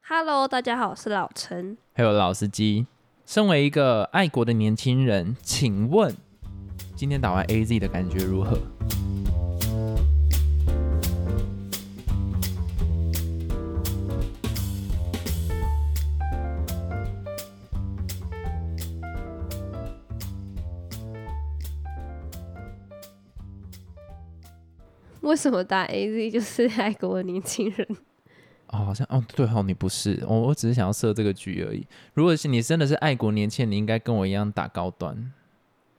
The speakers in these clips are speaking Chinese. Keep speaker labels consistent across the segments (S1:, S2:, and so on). S1: Hello，大家好，我是老陈。
S2: 还有老司机。身为一个爱国的年轻人，请问今天打完 AZ 的感觉如何？
S1: 为什么打 AZ 就是 爱国的年轻人？
S2: 哦，好像哦，对哦，你不是，我、我只是想要设这个局而已。如果是你真的是爱国年轻人，你应该跟我一样打高端，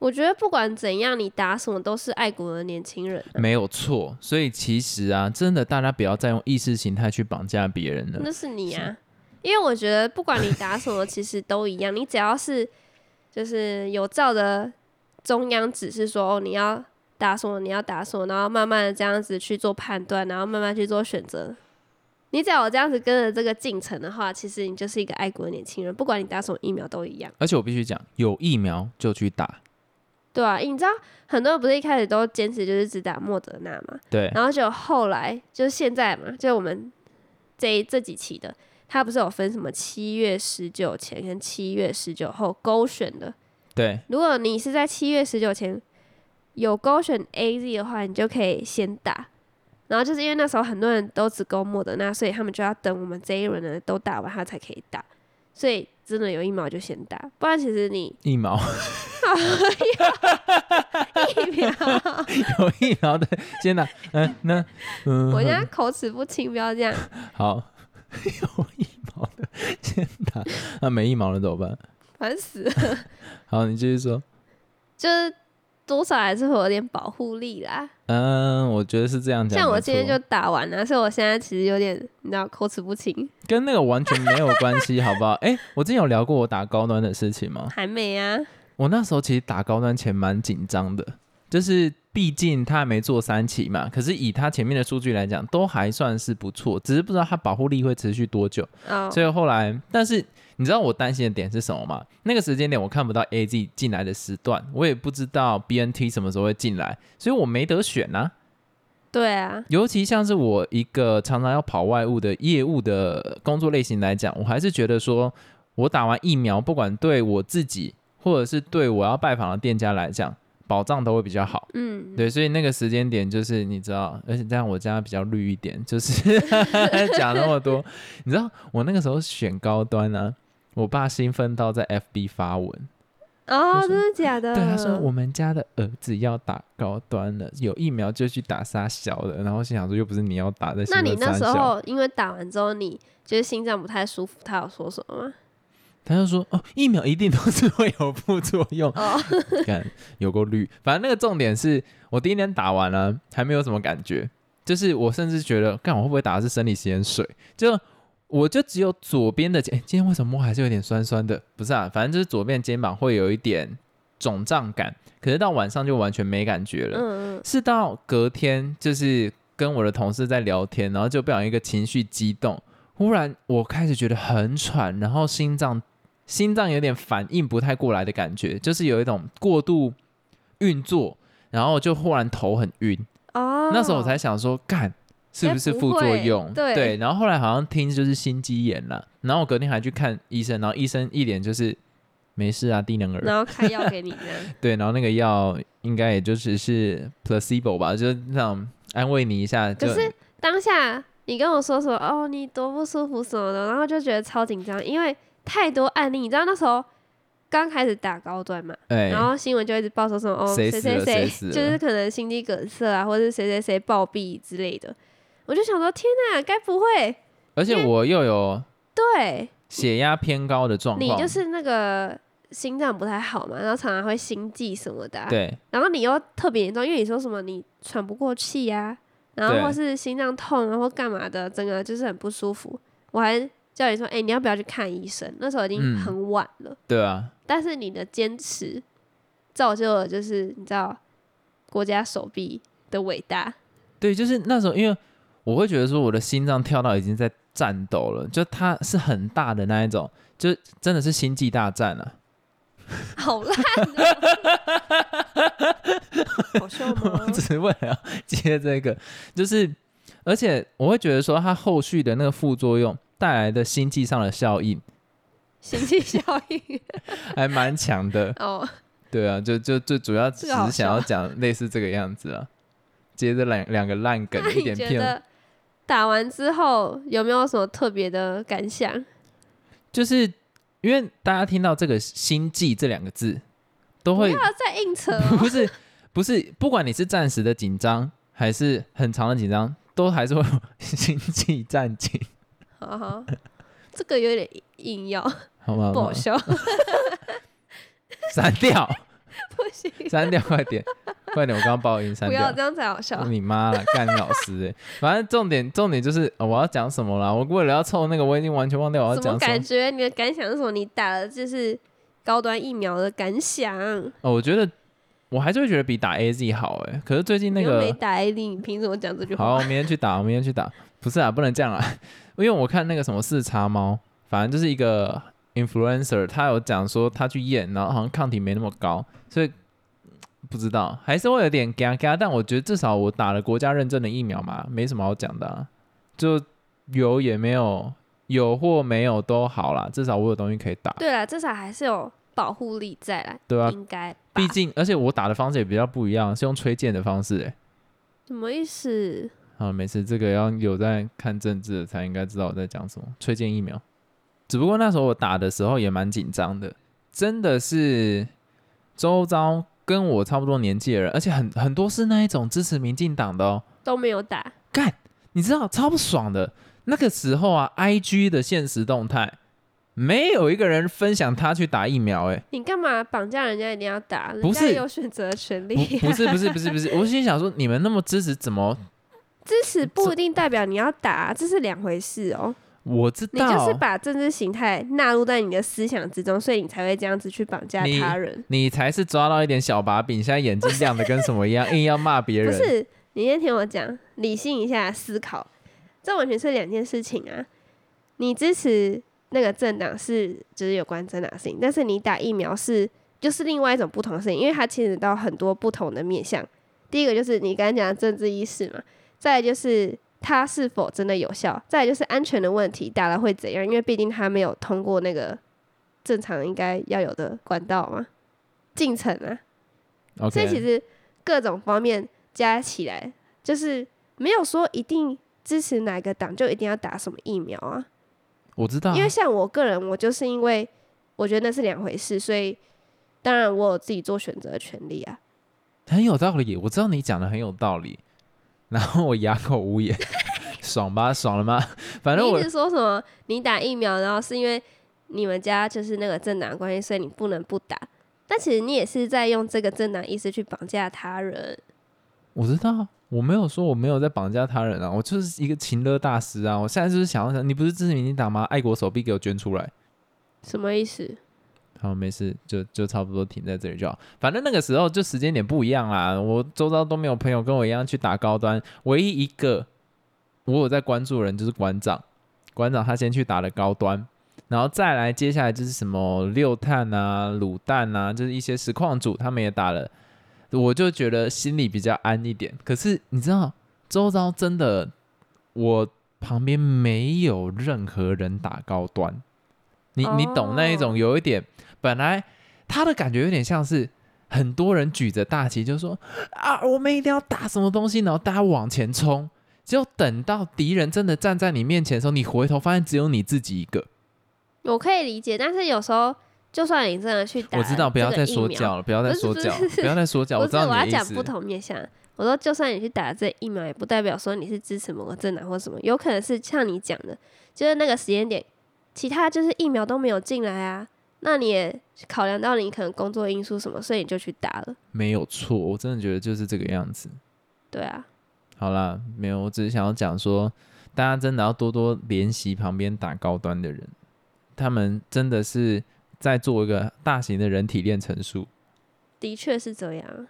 S1: 我觉得不管怎样，你打什么都是爱国的年轻人啊、
S2: 没有错。所以其实啊，真的大家不要再用意识形态去绑架别人了。
S1: 那是你啊。因为我觉得不管你打什么，其实都一样。你只要是就是有照着中央指示说哦，你要打什么，你要打什么，然后慢慢的这样子去做判断，然后慢慢去做选择。你只要有这样子跟着这个进程的话，其实你就是一个爱国的年轻人，不管你打什么疫苗都一样。
S2: 而且我必须讲，有疫苗就去打。
S1: 对啊，你知道很多人不是一开始都坚持就是只打莫德纳嘛，
S2: 对，
S1: 然后就后来就是现在嘛，就我们这一这几期的，它不是有分什么七月十九前跟七月十九后勾选的。
S2: 对，
S1: 如果你是在七月十九前有勾选 A Z 的话，你就可以先打。然后就是因为那时候很多人都只勾莫德纳，所以他们就要等我们这一轮的都打完，他才可以打。所以真的有疫苗就先打，不然其实你
S2: 疫苗
S1: 疫苗，
S2: 有疫苗的先打。嗯，那 嗯，
S1: 我现在口齿不清，不要这样。
S2: 好， 有疫苗的先打，那没疫苗的怎么办？
S1: 烦死了！
S2: 好，你继续说。
S1: 就是多少还是会有点保护力啦。
S2: 嗯，我觉得是这样讲没错。
S1: 像我今天就打完了，所以我现在其实有点，你知道，口齿不清，
S2: 跟那个完全没有关系，好不好？哎、我之前有聊过我打高端的事情吗？
S1: 还没啊。
S2: 我那时候其实打高端前蛮紧张的，就是毕竟他还没做三期嘛，可是以他前面的数据来讲，都还算是不错，只是不知道他保护力会持续多久。
S1: 哦，
S2: 所以后来，但是你知道我担心的点是什么吗？那个时间点我看不到 A Z 进来的时段，我也不知道 B N T 什么时候会进来，所以我没得选啊。
S1: 对啊，
S2: 尤其像是我一个常常要跑外务的业务的工作类型来讲，我还是觉得说，我打完疫苗，不管对我自己或者是对我要拜访的店家来讲，保障都会比较好。
S1: 嗯，
S2: 对，所以那个时间点就是你知道，而且这样我家比较绿一点，就是 讲那么多。你知道我那个时候选高端呢、我爸兴奋到在 FB 发文，
S1: 哦，
S2: 我说
S1: 真的假的？
S2: 对他说我们家的儿子要打高端了，有疫苗就去打杀小的。然后心想说又不是你要打的，
S1: 那你那
S2: 杀
S1: 时
S2: 小。
S1: 候因为打完之后，你觉得心脏不太舒服，他有说什么吗？
S2: 他就说哦，疫苗一定都 是会有副作用，
S1: 哦，
S2: 看有够绿。反正那个重点是我第一天打完了、还没有什么感觉，就是我甚至觉得，干我会不会打的是生理食盐水？就我就只有左边的肩、诶哎今天为什么摸还是有点酸酸的？不是啊，反正就是左边肩膀会有一点肿胀感，可是到晚上就完全没感觉了。
S1: 嗯嗯，
S2: 是到隔天，就是跟我的同事在聊天，然后就不小心一个情绪激动，忽然我开始觉得很喘，然后心脏心脏有点反应不太过来的感觉，就是有一种过度运作，然后就忽然头很晕。
S1: 哦，
S2: 那时候我才想说，干是不是副作用？
S1: 哎该不会对
S2: 然后后来好像听就是心肌炎了，然后我隔天还去看医生，然后医生一脸就是没事啊，低能儿。
S1: 然后开药给你这样，
S2: 对，然后那个药应该也就只是 placebo 吧，就是那种安慰你一下。
S1: 可
S2: 就是
S1: 当下你跟我说什么哦，你多不舒服什么的，然后就觉得超紧张，因为太多案例，你知道那时候刚开始打高端嘛。
S2: 哎，
S1: 然后新闻就一直报说什么哦
S2: 谁
S1: 谁
S2: 死了
S1: 谁
S2: 谁死了
S1: 就是可能心肌梗塞啊，或者是谁谁谁暴毙之类的。我就想说，天哪，该不会
S2: 而且我又有
S1: 对
S2: 血压偏高的状况，
S1: 你就是那个心脏不太好嘛，然后常常会心悸什么的啊、
S2: 对
S1: 然后你又特别严重，因为你说什么你喘不过气呀、然后
S2: 对
S1: 或是心脏痛啊，或干嘛的，整个就是很不舒服。我还叫你说，哎、你要不要去看医生？那时候已经
S2: 嗯
S1: 很晚了。
S2: 对啊，
S1: 但是你的坚持造就了，就是你知道国家手臂的伟 大。
S2: 对，就是那时候，因为我会觉得说我的心脏跳到已经在战斗了，就它是很大的那一种，就真的是星际大战啊。
S1: 好烂、哦，好笑吗
S2: 我？只是为了要接这个，就是而且我会觉得说它后续的那个副作用，带来的心计上的效应
S1: 心际效应
S2: 还蛮强的。
S1: 哦，
S2: 对啊，就就最主要只
S1: 这个好
S2: 是想
S1: 笑
S2: 要讲类似这个样子啊，接着两两个烂梗
S1: 那，
S2: 一
S1: 你
S2: 点
S1: 觉
S2: 骗，
S1: 得打完之后有没有什么特别的感想？
S2: 就是因为大家听到这个“心悸”这两个字，都
S1: 不
S2: 会
S1: 要再硬扯
S2: 不
S1: 哦，
S2: 是不是，不管你是暂时的紧张还是很长的紧张，都还是会有心悸战警，
S1: 好好，这个有点硬要，
S2: 好吗？
S1: 不好笑，
S2: 删掉，
S1: 不行，
S2: 删掉，快点， 快点！我刚刚爆音，删
S1: 不要
S2: 掉
S1: 这。样才好笑。
S2: 你妈了，干老师哎、反正重点重点就是、哦我要讲什么啦。我为了要凑那个，我已经完全忘掉我要
S1: 怎么
S2: 讲什
S1: 感
S2: 么。
S1: 觉？你的感想是什么？你打了就是高端疫苗的感想。
S2: 哦，我觉得我还是会觉得比打 AZ 好哎、可是最近那
S1: 你又没
S2: 个
S1: 打 A D，你凭什么讲这句
S2: 好，
S1: 话
S2: 我？明天去打，我明天去打。不是啊，不能这样啊，因为我看那个什么四叉猫，反正就是一个 influencer，他有讲说他去验，然后好像抗体没那么高，所以嗯不知道，还是会有点嘎嘎。但我觉得至少我打了国家认证的疫苗嘛，没什么好讲的、啊，就有也没有，有或没有都好啦，至少我有东西可以打，
S1: 对啦，至少还是有保护力在啦，
S2: 对啊，
S1: 应该吧。
S2: 毕竟，而且我打的方式也比较不一样，是用推荐的方式、欸，
S1: 什么意思？
S2: 啊，没事，这个要有在看政治的才应该知道我在讲什么。推荐疫苗，只不过那时候我打的时候也蛮紧张的，真的是周遭跟我差不多年纪的人，而且很很多是那一种支持民进党的哦，
S1: 都没有打，
S2: 干，你知道超不爽的。那个时候啊，IG 的现实动态没有一个人分享他去打疫苗、欸，
S1: 你干嘛绑架人家一定要打？人
S2: 不
S1: 家
S2: 是
S1: 有选择权利、啊
S2: 不不是不是不是不是，我心想说你们那么支持，怎么
S1: 支持不一定代表你要打，这是两回事哦。
S2: 我知
S1: 你
S2: 道？
S1: 就是把政治形态纳入在你的思想之中，所以你才会这样子去绑架
S2: 你
S1: 他人。
S2: 你才是抓到一点小把柄，现在眼睛亮的跟什么一样，硬要骂别
S1: 不
S2: 人。
S1: 是，你先听我讲，理性一下思考，这完全是两件事情啊。你支持那个政党是就是有关政党的事情，但是你打疫苗是就是另外一种不同的事情，因为它牵扯到很多不同的面向。第一个就是你刚刚讲的政治意识嘛，再来就是它是否真的有效，再来就是安全的问题，打了会怎样？因为毕竟它没有通过那个正常应该要有的管道嘛，进程啊。所以其
S2: OK，
S1: 实各种方面加起来，就是没有说一定支持哪个党就一定要打什么疫苗啊。
S2: 我知道啊，
S1: 因为像我个人，我就是因为我觉得那是两回事，所以当然我有自己做选择的权利啊。
S2: 很有道理，我知道你讲的很有道理，然后我哑口无 言，爽吧，爽了吗？反正
S1: 你
S2: 我
S1: 一直说什么你打疫苗，然后是因为你们家就是那个政党的关系，所以你不能不打。但其实你也是在用这个政党意识去绑架他人，
S2: 我知道啊，我没有说我没有在绑架他人啊，我就是一个情勒大师啊。我现在就是想要想，你不是支持民进党吗？爱国手臂给我捐出来。
S1: 什么意思？
S2: 好，没事，就就差不多停在这里就好。反正那个时候就时间点不一样啦，我周遭都没有朋友跟我一样去打高端，唯一一个我有在关注的人就是馆长，馆长他先去打了高端，然后再来接下来就是什么六碳啊、卤蛋啊，就是一些实况组他们也打了，我就觉得心里比较安一点。可是你知道，周遭真的我旁边没有任何人打高端，你你懂那一种有一点。本来他的感觉有点像是很多人举着大旗，就说啊，我们一定要打什么东西，然后大家往前冲。只有等到敌人真的站在你面前的时候，你回头发现只有你自己一个。
S1: 我可以理解，但是有时候就算你真的去打，
S2: 我知道，不要再说教了，不要再
S1: 不是
S2: 说
S1: 不
S2: 教了，
S1: 是
S2: 不要再说教。
S1: 不
S2: 啊我
S1: 是
S2: 知道
S1: 要
S2: 你的意
S1: 讲不
S2: 思。
S1: 同面向。我说，就算你去打这疫苗，也不代表说你是支持某个政党或什么，有可能是像你讲的，就是那个时间点，其他就是疫苗都没有进来啊。那你也考量到你可能工作因素什么，所以你就去打了，
S2: 没有错，我真的觉得就是这个样子。
S1: 对啊。
S2: 好啦，没有，我只是想要讲说，大家真的要多多联系旁边打高端的人，他们真的是在做一个大型的人体炼成术。
S1: 的确是这样，啊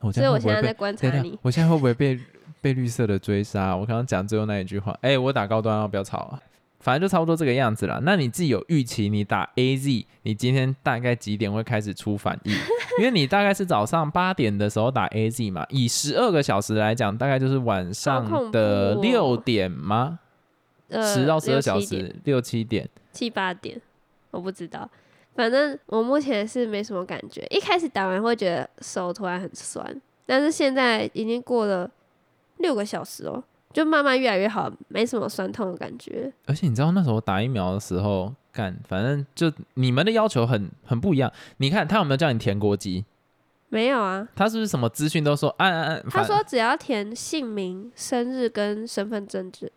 S2: 我这
S1: 所以
S2: 样
S1: 我
S2: 会不
S1: 现
S2: 会
S1: 在
S2: 被
S1: 在观察
S2: 等一下
S1: 你，。
S2: 我现在会不会被被绿色的追杀？我刚刚讲最后那一句话，哎、我打高端啊，不要吵啊，反正就差不多这个样子啦。那你自己有预期，你打 A Z，你今天大概几点会开始出反应？因为你大概是早上八点的时候打 A Z 嘛，以十二个小时来讲，大概就是晚
S1: 好恐
S2: 上
S1: 怖
S2: 的
S1: 哦
S2: 六点吗？
S1: 呃
S2: 十到十二
S1: 六
S2: 小
S1: 七点
S2: 时，六七点。
S1: 七八点，我不知道。反正我目前是没什么感觉，一开始打完会觉得手突然很酸，但是现在已经过了六个小时哦，就慢慢越来越好，没什么酸痛的感觉。
S2: 而且你知道那时候打疫苗的时候，干，反正就你们的要求很很不一样。你看他有没有叫你填国籍？
S1: 没有啊，
S2: 他是不是什么资讯都说按按按？
S1: 他
S2: 反
S1: 说只要填姓名、生日跟身份证就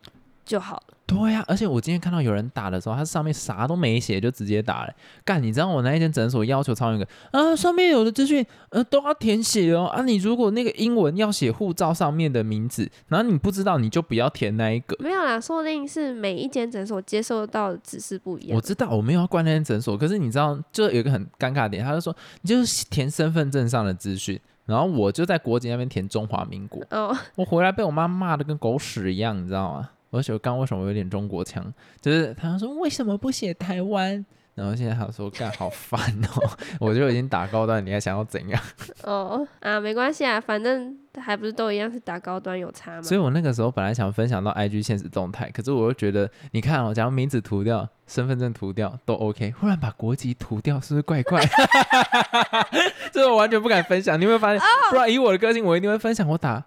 S1: 就好了。
S2: 对呀、而且我今天看到有人打的时候，他上面啥都没写就直接打了、干，你知道我那一间诊所要求超严格啊，上面有的资讯呃都要填写哦啊，你如果那个英文要写护照上面的名字，然后你不知道你就不要填那一个。
S1: 没有啦，说不定是每一间诊所接受到的指示不一样
S2: 我。知道我没有要关那间诊所，可是你知道，就有一个很尴尬的点，他就说你就是填身份证上的资讯，然后我就在国籍那边填中华民国，
S1: 哦，
S2: 我回来被我妈骂的跟狗屎一样，你知道吗？而且我刚为什么有点中国腔，就是他说为什么不写台湾，然后现在他说干好烦哦， 我就已经打高端，你还想要怎样？
S1: 哦啊，没关系啊，反正还不是都一样是打高端有差吗
S2: 所？以我那个时候本来想分享到 IG 现实动态，可是我又觉得，你看哦，假如名字涂掉、身份证涂掉都 OK，忽然把国籍涂掉，是不是怪怪？ 这我完全不敢分享。你有没有发
S1: 哦
S2: 现？不然以我的个性，我一定会分享。我打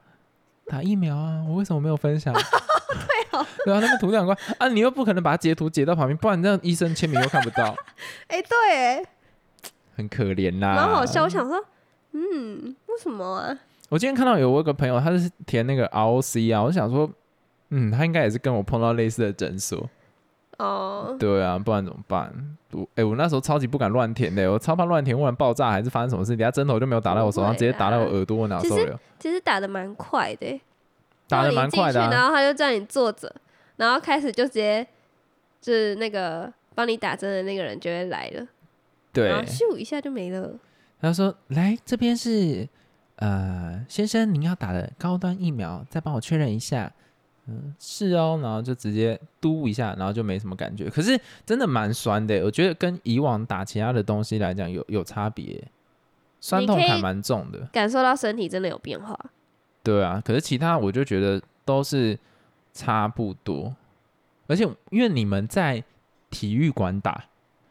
S2: 打疫苗啊，我为什么没有 分享？对
S1: 哦，
S2: 对啊，那个涂掉很怪啊，你又不可能把它截图截到旁边，不然这样医生签名又看不到，
S1: 哎、对欸，
S2: 很可怜呐、
S1: 蛮好笑。我想说，嗯，为什么啊？
S2: 我今天看到有我有个朋友，他是填那个 ROC 啊，我想说，嗯，他应该也是跟我碰到类似的诊所。
S1: 哦，
S2: 对啊，不然怎么办？我哎、我那时候超级不敢乱填的，我超怕乱填，忽然爆炸还是发生什么事，等下针头就没有打在我手上，
S1: 不会
S2: 直接打在我
S1: 啦
S2: 耳朵，我哪
S1: 其
S2: 受
S1: 实
S2: 得了？
S1: 其实打的蛮快的欸，
S2: 打
S1: 然
S2: 的
S1: 后
S2: 蛮
S1: 你进
S2: 快的、
S1: 去
S2: 啊，
S1: 然后他就叫你坐着，然后开始就直接就是那个帮你打针的那个人就会来了，
S2: 对
S1: 然。后咻一下就没了。
S2: 他说：“来，这边是呃，先生您要打的高端疫苗，再帮我确认一下。”嗯，是哦，然后就直接嘟一下，然后就没什么感觉。可是真的蛮酸的，我觉得跟以往打其他的东西来讲有有差别，酸
S1: 你
S2: 痛
S1: 可以
S2: 感蛮重的。
S1: 感受到身体真的有变化，
S2: 对啊，可是其他我就觉得都是差不多，而且因为你们在体育馆打，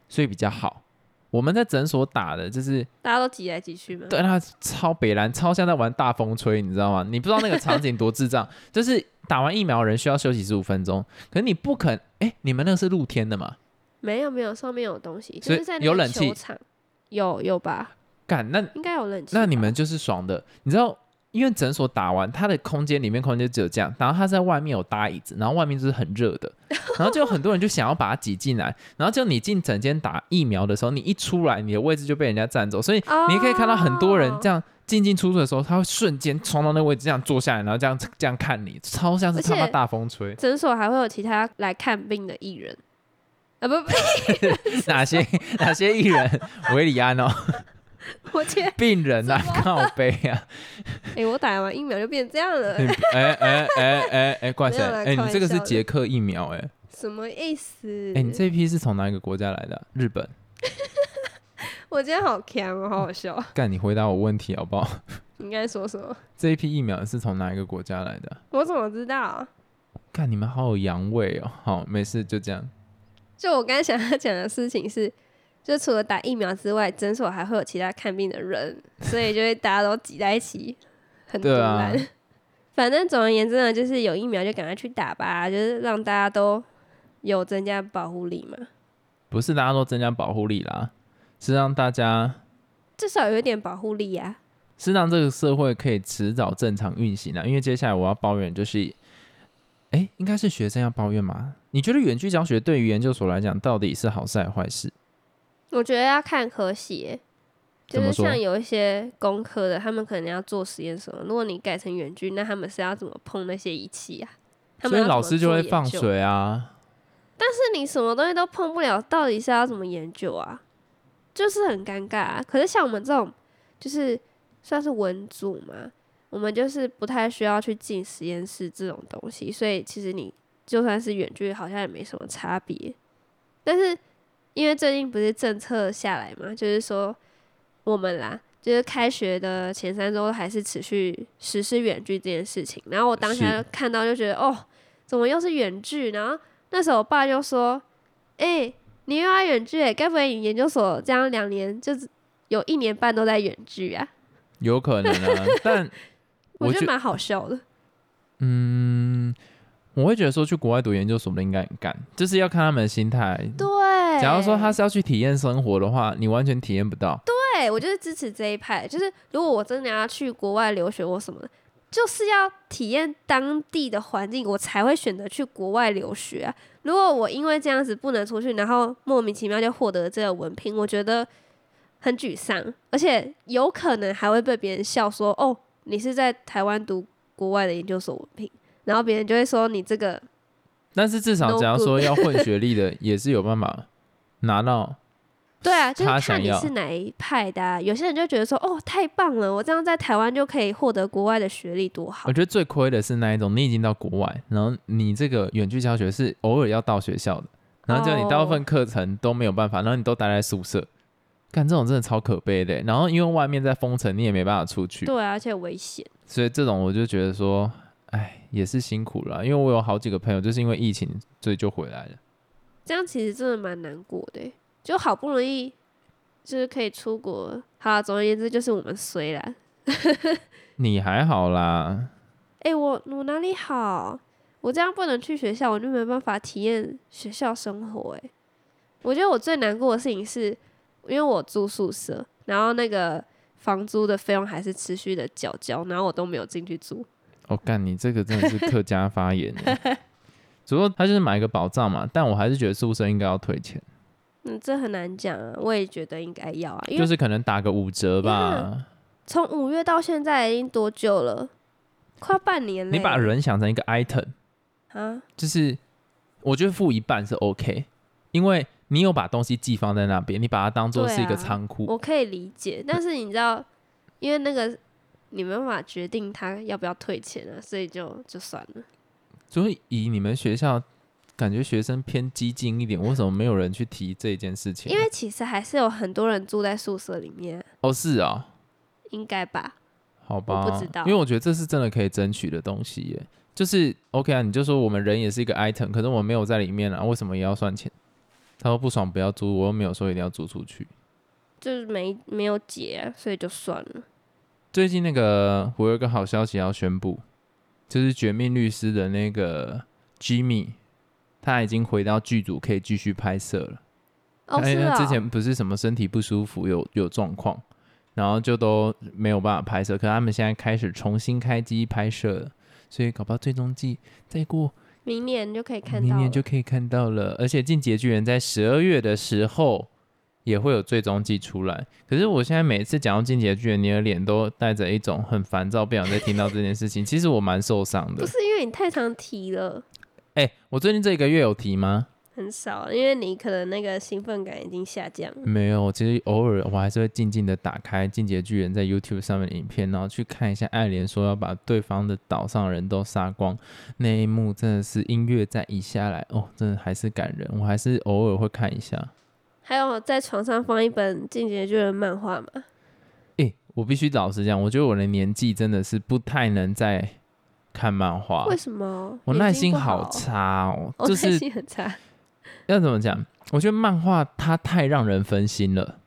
S2: 所以比较好。我们在诊所打的，就是
S1: 大家都挤来挤去嘛。
S2: 对他超北蓝，超像在玩大风吹，你知道吗？你不知道那个场景多智障，就是打完疫苗人需要休息十五分钟，可是你不肯，哎、你们那个是露天的嘛？
S1: 没有没有，上面有东西，就
S2: 所以
S1: 是在那
S2: 有
S1: 个
S2: 冷气
S1: 球场，有有吧？
S2: 干，那
S1: 应该有冷气吧。
S2: 那你们就是爽的，你知道，因为诊所打完，它的空间里面空间只有这样，然后它在外面有搭椅子，然后外面就是很热的，然后就有很多人就想要把它挤进来，然后就你进诊间打疫苗的时候，你一出来，你的位置就被人家占走，所以
S1: 哦，
S2: 你可以看到很多人这样。进进出出的时候，他会瞬间冲到那位置，这样坐下来，然后这样这样看你，超像是他妈
S1: 而且
S2: 大风吹。
S1: 诊所还会有其他来看病的艺人啊？不不，
S2: 哪些哪些艺人？维里安哦，
S1: 我天，
S2: 病人啊，靠背啊，
S1: 哎、我打完疫苗就变这样了，
S2: 你哎哎哎哎哎，怪
S1: 没
S2: 谁？
S1: 有啦
S2: 哎，
S1: 开
S2: 你
S1: 玩
S2: 这个是
S1: 笑的
S2: 捷克疫苗哎、
S1: 什么意思？
S2: 哎、你这一批是从哪一个国家来的啊、日本。
S1: 我今天好强哦，好好笑。
S2: 干，你回答我问题好不好？
S1: 你应该说什么？
S2: 这一批疫苗是从哪一个国家来的啊？
S1: 我怎么知道？
S2: 干，你们好有洋味哦。好，没事，就这样。
S1: 就我刚才想要讲的事情是，就除了打疫苗之外，诊所还会有其他看病的人，所以就会大家都挤在一起，很突
S2: 对啊
S1: 然。反正总而言之呢，就是有疫苗就赶快去打吧，就是让大家都有增加保护力嘛，
S2: 不是大家都增加保护力啦，是让大家，
S1: 至少有一点保护力呀、
S2: 是让这个社会可以迟早正常运行的。因为接下来我要抱怨就是，哎、应该是学生要抱怨吗？你觉得远距教学对于研究所来讲到底是好事还是坏事？
S1: 我觉得要看科系耶、就
S2: 怎
S1: 是
S2: 么说
S1: 像有一些工科的，他们可能要做实验什么。如果你改成远距，那他们是要怎么碰那些仪器啊？他
S2: 所
S1: 们
S2: 以
S1: 要怎
S2: 老
S1: 么
S2: 师就
S1: 做
S2: 会
S1: 研
S2: 放
S1: 究。
S2: 水啊。
S1: 但是你什么东西都碰不了，到底是要怎么研究啊？就是很尴尬、啊。可是像我们这种，就是算是文组嘛，我们就是不太需要去进实验室这种东西，所以其实你就算是远距，好像也没什么差别。但是因为最近不是政策下来嘛，就是说我们啦，就是开学的前三周还是持续实施远距这件事情。然后我当下
S2: 是
S1: 看到就觉得，哦，怎么又是远距？然后那时候我爸就说：“哎、你又要远距、欸，该不会你研究所这样两年就是有一年半都在远距啊
S2: 有可能 啊，但？”
S1: 我
S2: 我
S1: 觉
S2: 觉
S1: 得蛮好笑的。
S2: 嗯，我会觉得说去国外读研究所的应该很干，就是要看他们的心态。
S1: 对，
S2: 假如说他是要去体验生活的话，你完全体验不到。
S1: 对我就是支持这一派，就是如果我真的要去国外留学或什么的，就是要体验当地的环境，我才会选择去国外留学啊。如果我因为这样子不能出去，然后莫名其妙就获得这个文凭，我觉得很沮丧，而且有可能还会被别人笑说：“哦，你是在台湾读国外的研究所文凭。”然后别人就会说：“你这个
S2: 但是至少
S1: No
S2: 假如说要混学历的，也是有办法拿到。
S1: 对啊，就
S2: 他
S1: 是
S2: 想
S1: 看你
S2: 要
S1: 是哪一派的、啊。”有些人就觉得说：“哦，太棒了，我这样在台湾就可以获得国外的学历，多好。”
S2: 我觉得最亏的是那一种，你已经到国外，然后你这个远距教学是偶尔要到学校的，然后就你大部分课程都没有办法，然后你都待在宿舍，干这种真的超可悲的。然后因为外面在封城，你也没办法出去，
S1: 对啊，而且危险。
S2: 所以这种我就觉得说，哎，也是辛苦了。因为我有好几个朋友就是因为疫情，所以就回来了。
S1: 这样其实真的蛮难过的欸，就好不容易就是可以出国。好啦，总而言之就是我们衰啦。
S2: 你还好啦，
S1: 哎、我我哪里好？我这样不能去学校，我就没办法体验学校生活。哎，我觉得我最难过的事情是，因为我住宿舍，然后那个房租的费用还是持续的缴交，然后我都没有进去住。
S2: 我、哦干你这个真的是客家发言 欸。只不过他就是买一个保障嘛，但我还是觉得宿舍应该要退钱，
S1: 嗯，这很难讲啊，我也觉得应该要啊，因
S2: 就
S1: 为
S2: 是可能打个五折吧。
S1: 从五月到现在已经多久了？快半年了欸。
S2: 你把人想成一个 item，
S1: 啊，
S2: 就是我觉得付一半是 OK，因为你有把东西寄放在那边，你把它当做是一
S1: 对
S2: 个
S1: 啊
S2: 仓库。
S1: 我可以理解，但是你知道，因为那个你没办法决定他要不要退钱啊，所以就就算了。
S2: 所以以你们学校，感觉学生偏激进一点，为什么没有人去提这件事情呢？啊
S1: 因为其实还是有很多人住在宿舍里面，
S2: 哦是啊、
S1: 应该吧？
S2: 好吧，
S1: 我不知道
S2: 因为我觉得这是真的可以争取的东西耶。就是 OK 啊，你就说我们人也是一个 item，可是我们没有在里面啊，为什么也要算钱？他说不爽不要租，我又没有说一定要租出去。
S1: 就是没没有解啊、所以就算了。
S2: 最近那个我有一个好消息要宣布，就是《绝命律师》的那个 Jimmy，他已经回到剧组，可以继续拍摄了。
S1: 哦，
S2: 因
S1: 是
S2: 为
S1: 啊、
S2: 他哎之前不是什么身体不舒服，有有状况，然后就都没有办法拍摄。可他们现在开始重新开机拍摄了，所以搞不好最终季再过
S1: 明年就可以看到了，
S2: 明年就可以看到了。而且《进击的巨人》在十二月的时候也会有最终季出来。可是我现在每次讲到《进击的巨人》，你的脸都带着一种很烦躁，不想再听到这件事情。其实我蛮受伤的
S1: 不。是因为你太常提了，
S2: 哎、我最近这个月有提吗？
S1: 很少，因为你可能那个兴奋感已经下降了。
S2: 没有，其实偶尔我还是会静静的打开《进击的巨人》在 YouTube 上面的影片，然后去看一下爱莲说要把对方的岛上的人都杀光那一幕，真的是音乐再一下来，哦，真的还是感人。我还是偶尔会看一下。
S1: 还有在床上放一本《进击的巨人》漫画嘛？
S2: 诶、我必须老实讲，我觉得我的年纪真的是不太能再看漫画
S1: 为，什么？
S2: 啊我
S1: 眼
S2: 耐
S1: 睛
S2: 心
S1: 不
S2: 好
S1: 好，
S2: 差哦，
S1: 我
S2: 就
S1: 耐
S2: 是
S1: 心很差。
S2: 要怎么讲？我觉得漫画它太让人分心了。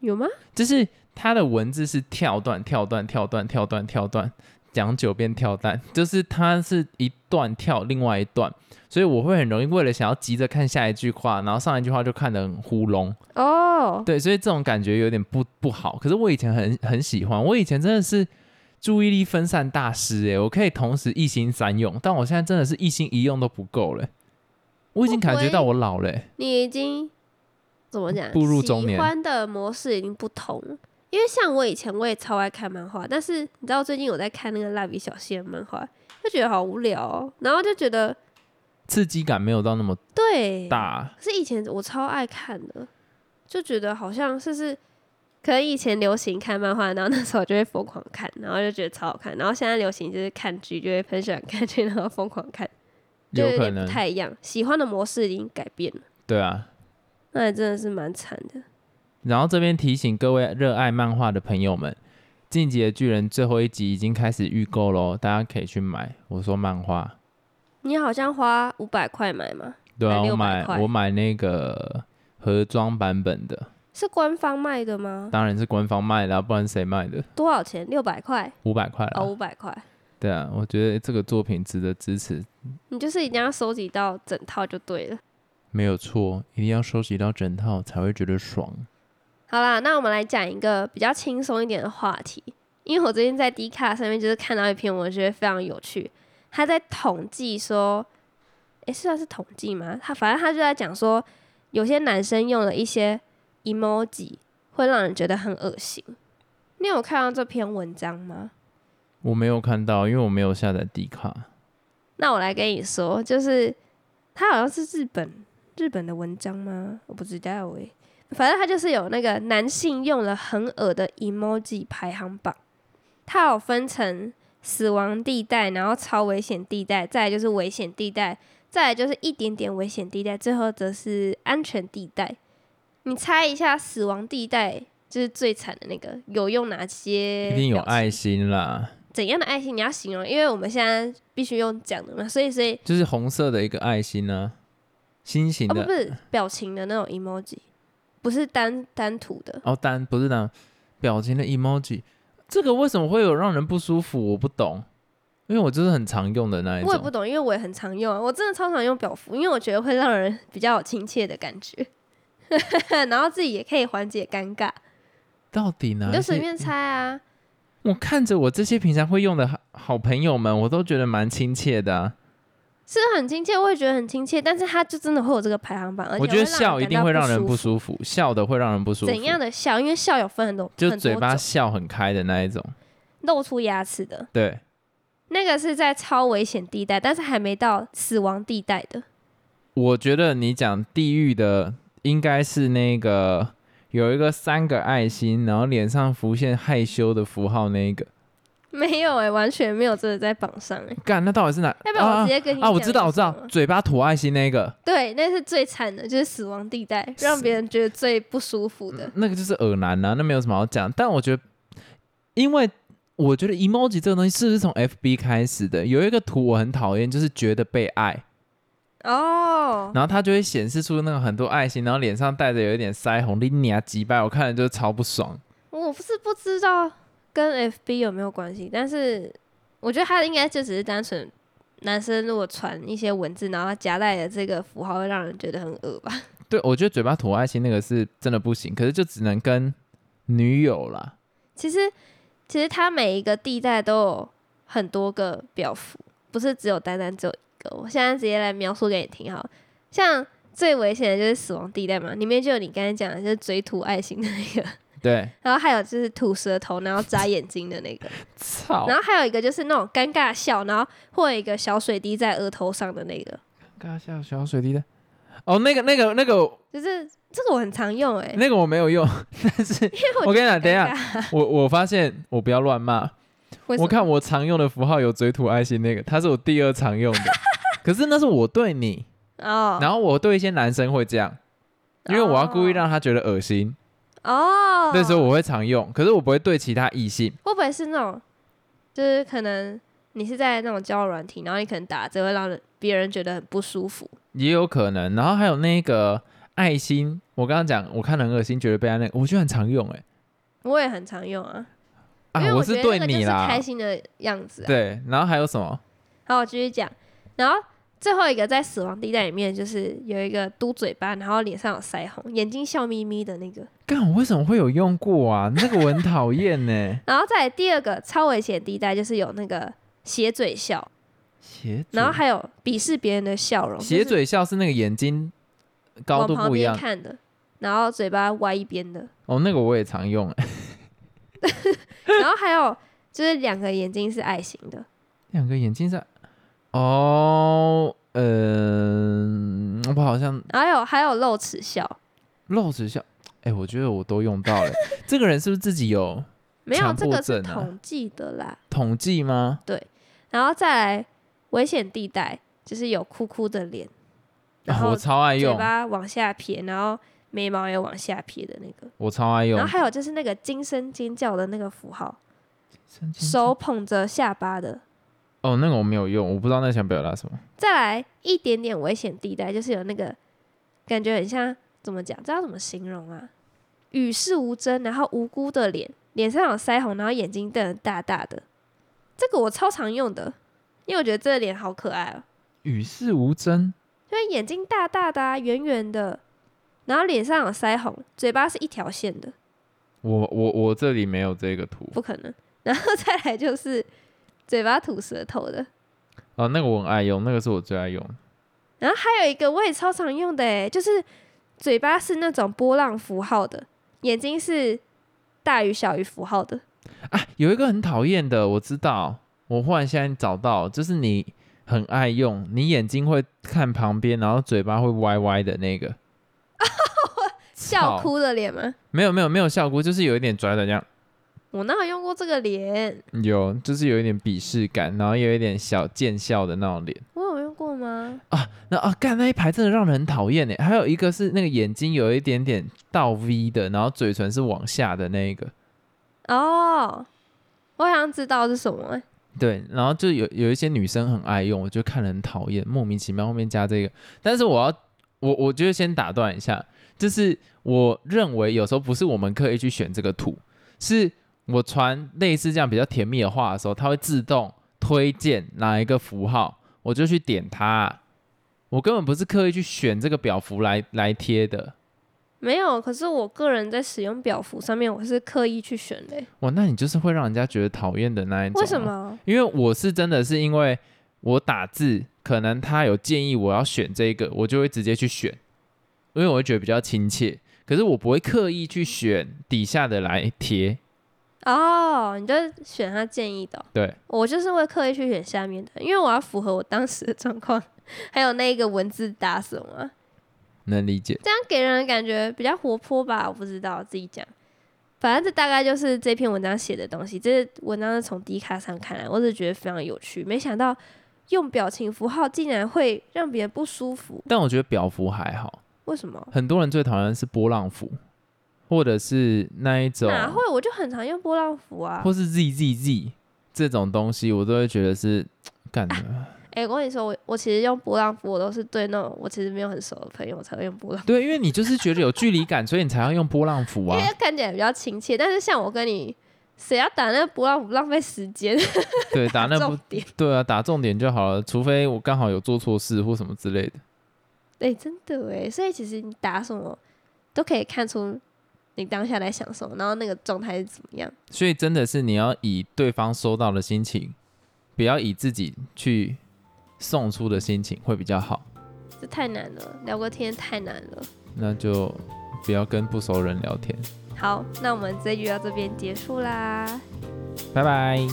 S1: 有吗？
S2: 就是它的文字是跳段、跳段、跳段、跳段、跳段，讲九遍跳段，就是它是一段跳另外一段，所以我会很容易为了想要急着看下一句话，然后上一句话就看得很糊弄，
S1: 哦，
S2: 对，所以这种感觉有点不不好。可是我以前很很喜欢，我以前真的是。注意力分散大师诶、我可以同时一心三用，但我现在真的是一心一用都不够了、我已经感觉到我老了、欸。
S1: 你已经怎么讲？
S2: 步入中年
S1: 喜欢的模式已经不同了。因为像我以前我也超爱看漫画，但是你知道最近有在看那个蜡笔小新的漫画，就觉得好无聊、哦，然后就觉得
S2: 刺激感没有到那么
S1: 对，
S2: 大。
S1: 可是以前我超爱看的，就觉得好像就是可能以前流行看漫画，然后那时候就会疯狂看，然后就觉得超好看，然后现在流行就是看剧，就会很喜欢看剧，然后疯狂看，就
S2: 有
S1: 有
S2: 可
S1: 点不
S2: 能
S1: 太一样，喜欢的模式已经改变了，
S2: 对啊，
S1: 那也真的是蛮惨的。
S2: 然后这边提醒各位热爱漫画的朋友们，《进击的巨人》最后一集已经开始预购喽，大家可以去买。我说漫画
S1: 你好像花五百块买吗？
S2: 对
S1: 买
S2: 啊，我
S1: 600
S2: 买
S1: 块
S2: 我买那个盒装版本的，
S1: 是官方卖的吗？
S2: 当然是官方卖的啊、不然谁卖的？
S1: 多少钱？六百块
S2: 五百块
S1: 哦，
S2: 了。
S1: 五百块。
S2: 对啊，我觉得这个作品值得支持，
S1: 你就是一定要收集到整套就对了。
S2: 没有错，一定要收集到整套才会觉得爽。
S1: 好啦，那我们来讲一个比较轻松一点的话题，因为我最近在 d 卡上面就是看到一篇，我觉得非常有趣。他在统计说，诶、是算是统计吗？他反正他就在讲说，有些男生用的一些 emoji 会让人觉得很恶心。你有看到这篇文章吗？
S2: 我没有看到，因为我没有下载 D 卡。
S1: 那我来跟你说，就是他好像是日本日本的文章吗？我不知道诶、反正他就是有那个男性用了很恶的 emoji 排行榜，它有分成死亡地带，然后超危险地带，再来就是危险地带，再来就是一点点危险地带，最后则是安全地带。你猜一下，死亡地带就是最惨的那个，有用哪些？
S2: 一定有爱心啦，
S1: 怎样的爱心你要形容？因为我们现在必须用讲的嘛，所以所以
S2: 就是红色的一个爱心呢、心形
S1: 哦不
S2: 的
S1: 不是表情的那种 emoji，不是单单图的。
S2: 哦，单不是单表情的 emoji，这个为什么会有让人不舒服？我不懂，因为我就是很常用的那一
S1: 我也不
S2: 种。
S1: 懂，因为我也很常用啊，我真的超常用表符，因为我觉得会让人比较有亲切的感觉， 然后自己也可以缓解尴尬。
S2: 到底哪
S1: 你
S2: 一
S1: 就随
S2: 些
S1: 便猜啊，
S2: 我看着我这些平常会用的好好朋友们，我都觉得蛮亲切的啊、
S1: 是很亲切，我也觉得很亲切，但是它就真的会有这个排行榜，而且
S2: 我觉得
S1: 会让
S2: 笑一
S1: 感
S2: 定
S1: 到
S2: 会让人
S1: 不
S2: 不舒服，笑的会让人不
S1: 服。
S2: 舒服。
S1: 怎样的笑？因为笑有分很多，
S2: 就
S1: 很多
S2: 嘴巴
S1: 种
S2: 笑很开的那一种。
S1: 露出牙齿的，
S2: 对，
S1: 那个是在超危险地带，但是还没到死亡地带的。
S2: 我觉得你讲地狱的应该是那个有一个三个爱心，然后脸上浮现害羞的符号那一个。
S1: 没有哎、完全没有这个在榜上哎、
S2: 干，那到底是哪？
S1: 要不然我
S2: 啊
S1: 直接跟你
S2: 啊，我
S1: 讲
S2: 知道，我
S1: 是
S2: 知
S1: 什
S2: 道
S1: 么，
S2: 嘴巴吐爱心那 个，
S1: 对，那是最惨的，就是死亡地带，
S2: 是
S1: 让别人觉得最不舒服的。
S2: 那个就是耳男啊，那没有什么好讲。但我觉得，因为我觉得 emoji 这个东西是不是从 FB 开始的？有一个图我很讨厌，就是觉得被爱，
S1: 哦，
S2: 然后它就会显示出那个很多爱心，然后脸上带着有一点腮红，你娘几百，我看了就是超不爽。
S1: 我不是不知道跟 FB 有没有关系，但是我觉得他应该就只是单纯男生如果传一些文字，然后他夹带的这个符号会让人觉得很恶吧。
S2: 对，我觉得嘴巴吐爱心那个是真的不行，可是就只能跟女友啦。
S1: 其实其实它每一个地带都有很多个表符，不是只有单单只有一个。我现在直接来描述给你听好了，像最危险的就是死亡地带嘛，里面就有你刚才讲的，就是嘴吐爱心的那个，
S2: 对，
S1: 然后还有就是吐舌头，然后眨眼睛的那个，
S2: 操，
S1: 然后还有一个就是那种尴尬笑，然后或有一个小水滴在额头上的那个，
S2: 尬笑小水滴的。哦，那个、那个、那个、
S1: 就是这个我很常用哎、欸，
S2: 那个我没有用，但是
S1: 因为
S2: 我跟你
S1: 觉得
S2: 讲，等一
S1: 尴
S2: 下，
S1: 尬，
S2: 我我发现我不要乱骂，
S1: 为什么
S2: 我看我常用的符号有嘴吐爱心那个，它是我第二常 用的，可是那是我对你，
S1: 哦，
S2: 然后我对一些男生会这样，因为我要故
S1: 哦
S2: 意让他觉得恶心，
S1: 哦，
S2: 那时候我会常用，可是我不会对其他异性，
S1: 会不会是那种，就是可能你是在那种交友软体，然后你可能打字会让人别人觉得很不舒服？
S2: 也有可能。然后还有那个爱心，我刚刚讲我看了很恶心，觉得被爱那个，我觉得很常用哎、
S1: 我也很常用啊，因
S2: 啊，
S1: 为
S2: 我
S1: 觉
S2: 是
S1: 得
S2: 对
S1: 那个就
S2: 你
S1: 是
S2: 啦
S1: 开，心的样子、啊。
S2: 对。然后还有什么？
S1: 好，我继续讲，然后。最后一个在死亡地带里面，就是有一个嘟嘴巴，然后脸上有腮红，眼睛笑眯眯的那个。
S2: 干，我为什么会有用过啊？那个我很讨厌欸 呢。
S1: 然后再来第二个超危险地带，就是有那个斜嘴笑，
S2: 斜嘴
S1: 然后还有鄙视别人的笑容，
S2: 斜嘴笑是那个眼睛
S1: 哦
S2: 高
S1: 往
S2: 度
S1: 旁
S2: 不一
S1: 边
S2: 样
S1: 看的，然后嘴巴歪一边的。
S2: 哦，那个我也常用 哎，
S1: 然后还有就是两个眼睛是爱心的，
S2: 两个眼睛在哦，嗯、我好像
S1: 然后有还有露齿笑，
S2: 露齿笑，哎，我觉得我都用到了。这个人是不是自己有
S1: 没有
S2: 强
S1: 这
S2: 迫
S1: 个是
S2: 症啊
S1: 统计的啦。
S2: 统计吗？
S1: 然后再来危险地带，就是有哭哭的脸，然
S2: 啊、
S1: 后
S2: 我超爱
S1: 嘴
S2: 用，
S1: 巴往下撇，然后眉毛也往下撇的那个。
S2: 我超爱
S1: 然
S2: 用
S1: 后。还有就是那个惊声尖叫的那个符号，
S2: 神经
S1: 手捧着下巴的，
S2: 哦，那个我没有用，我不知道那想表达什么。
S1: 再来一点点危险地带，就是有那个感觉很像怎么讲，这要怎么形容啊？与世无争，然后无辜的脸，脸上有腮红，然后眼睛瞪得大大的，这个我超常用的，因为我觉得这个脸好可爱哦、
S2: 与世无争，
S1: 就是眼睛大大的、啊，圆圆的，然后脸上有腮红，嘴巴是一条线的，
S2: 我我我这里没有这个图
S1: 不可能。然后再来就是嘴巴吐舌头的，
S2: 哦，那个我很爱用，那个是我最爱用的。
S1: 然后还有一个我也超常用的诶，就是嘴巴是那种波浪符号的，眼睛是大于小于符号的。
S2: 啊，有一个很讨厌的，我知道，我忽然现在找到，就是你很爱用，你眼睛会看旁边，然后嘴巴会歪歪的那个。
S1: 笑
S2: 操
S1: 哭的脸吗？
S2: 没有没有没有笑哭，就是有一点拽的这样，
S1: 我哪有用过这个脸？
S2: 有就是有一点鄙视感，然后有一点小贱笑的那种脸。
S1: 我有用过吗？
S2: 那啊，干那一排真的让人很讨厌呢。欸还有一个是那个眼睛有一点点倒 V 的，然后嘴唇是往下的那一个。
S1: 哦，我好像知道是什么、欸。
S2: 对，然后就有有一些女生很爱用，我就看了很讨厌，莫名其妙后面加这个。但是我要，我我觉得先打断一下，就是我认为有时候不是我们刻意去选这个图，是我传类似这样比较甜蜜的话的时候，它会自动推荐哪一个符号，我就去点它。我根本不是刻意去选这个表符来来贴的。
S1: 没有，可是我个人在使用表符上面，我是刻意去选的欸、
S2: 哇，那你就是会让人家觉得讨厌的那一种、啊
S1: 为什？么？
S2: 因为我是真的是因为我打字，可能他有建议我要选这个，我就会直接去选，因为我会觉得比较亲切。可是我不会刻意去选底下的来贴，
S1: 哦，你就选他建议的哦、
S2: 对，
S1: 我就是会刻意去选下面的，因为我要符合我当时的状况，还有那一个文字打什么啊、
S2: 能理解。
S1: 这样给人的感觉比较活泼吧？我不知道自己讲。反正这大概就是这篇文章写的东西。这文章是从 D 卡上看来，我只觉得非常有趣。没想到用表情符号竟然会让别人不舒服，
S2: 但我觉得表符还好，
S1: 为什么？
S2: 很多人最讨厌的是波浪符，或者是那一种，
S1: 哪会？我就很常用波浪符啊。
S2: 或是 Z Z Z 这种东西，我都会觉得是干的。
S1: 哎、我跟你说，我我其实用波浪符，我都是对那种我其实没有很熟的朋友我才会用波浪符，
S2: 对，因为你就是觉得有距离感，所以你才要用波浪符
S1: 因
S2: 啊
S1: 为。看起来比较亲切。但是像我跟你，谁要打那个波浪符浪费时间？
S2: 对，打那不
S1: 重点。
S2: 对啊，打重点就好了，除非我刚好有做错事或什么之类的。
S1: 对，真的哎，所以其实你打什么都可以看出你当下在想什么，然后那个状态是怎么样。
S2: 所以真的是你要以对方收到的心情，不要以自己去送出的心情会比较好。
S1: 这太难了，聊个天太难了。
S2: 那就不要跟不熟人聊天。
S1: 好，那我们这一局到这边结束啦。
S2: 拜拜。